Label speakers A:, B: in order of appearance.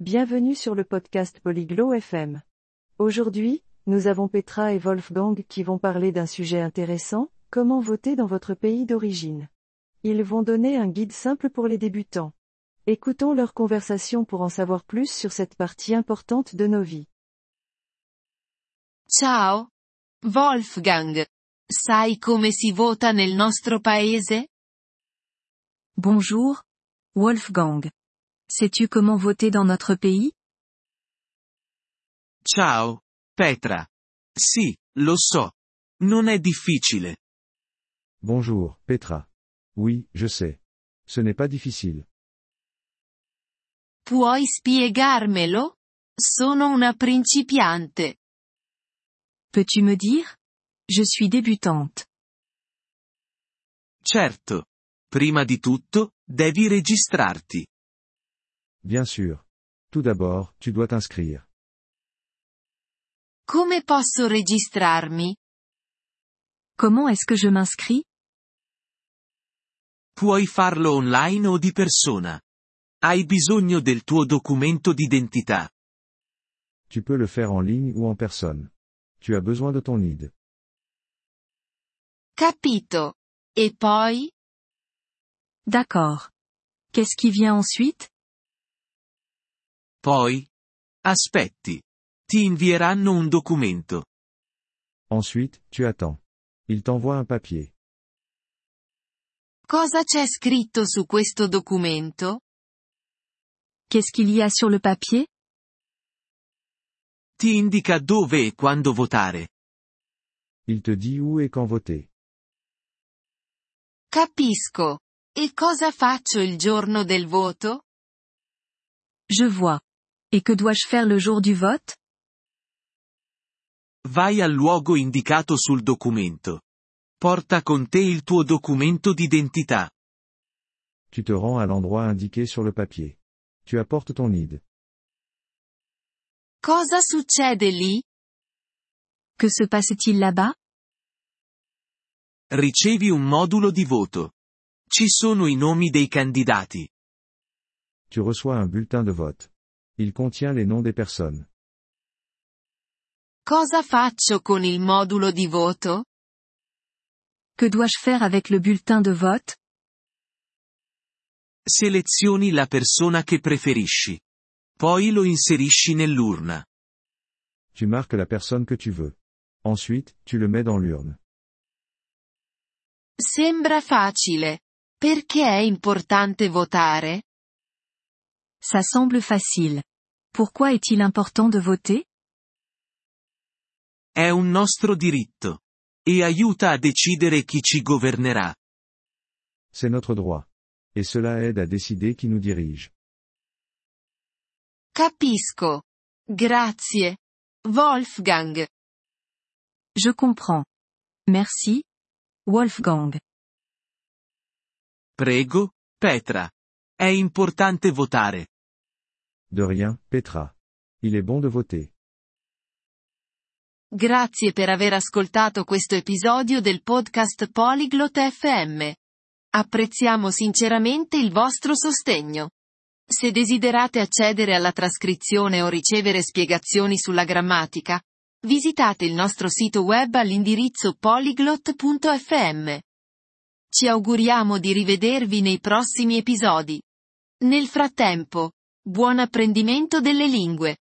A: Bienvenue sur le podcast Polyglot FM. Aujourd'hui, nous avons Petra et Wolfgang qui vont parler d'un sujet intéressant, comment voter dans votre pays d'origine. Ils vont donner un guide simple pour les débutants. Écoutons leur conversation pour en savoir plus sur cette partie importante de nos vies.
B: Ciao. Wolfgang. Sai come si vota nel nostro paese?
C: Bonjour. Wolfgang. Sais-tu comment voter dans notre pays
D: Ciao, Petra. Sì, lo so. Non è difficile.
E: Bonjour, Petra. Oui, je sais. Ce n'est pas difficile.
B: Puoi spiegarmelo? Sono una principiante.
C: Peux-tu me dire Je suis débutante.
D: Certo. Prima di tutto, devi registrarti.
E: Bien sûr. Tout d'abord, tu dois t'inscrire.
B: Come posso registrarmi?
C: Comment est-ce que je m'inscris
D: Puoi farlo online o di persona. Hai bisogno del tuo documento d'identità.
E: Tu peux le faire en ligne ou en personne. Tu as besoin de ton ID.
B: Capito. E poi?
C: D'accord. Qu'est-ce qui vient ensuite
D: Poi? Aspetti. Ti invieranno un documento.
E: Ensuite, tu attends. Il t'envoie un papier.
B: Cosa c'è scritto su questo documento?
C: Qu'est-ce qu'il y a sur le papier
D: Ti indica dove e quando votare.
E: Il te dit où et quand voter.
B: Capisco. E cosa faccio il giorno del voto?
C: Je vois. Et que dois-je faire le jour du vote
D: Vai al luogo indicato sul documento. Porta con te il tuo documento d'identità.
E: Tu te rends à l'endroit indiqué sur le papier. Tu apportes ton ID.
B: Cosa succede lì?
C: Que se passe-t-il là-bas
D: Ricevi un modulo di voto. Ci sono i nomi dei candidati.
E: Tu reçois un bulletin de vote. Il contient les noms des personnes.
B: Cosa faccio con il modulo di voto?
C: Que dois-je faire avec le bulletin de vote
D: Selezioni la persona che preferisci. Poi lo inserisci nell'urna.
E: Tu marques la personne que tu veux. Ensuite, tu le mets dans l'urne.
B: Sembra facile. Perché è importante votare?
C: Ça semble facile. Pourquoi est-il important de voter
D: È un nostro diritto. E aiuta a decidere chi ci governerà.
E: C'est notre droit. Et cela aide à décider qui nous dirige.
B: Capisco. Grazie. Wolfgang.
C: Je comprends. Merci. Wolfgang.
D: Prego, Petra. È importante votare.
E: De rien, Petra. Il est bon de voter.
B: Grazie per aver ascoltato questo episodio del podcast Polyglot FM. Apprezziamo sinceramente il vostro sostegno. Se desiderate accedere alla trascrizione o ricevere spiegazioni sulla grammatica, visitate il nostro sito web all'indirizzo polyglot.fm. Ci auguriamo di rivedervi nei prossimi episodi. Nel frattempo, buon apprendimento delle lingue.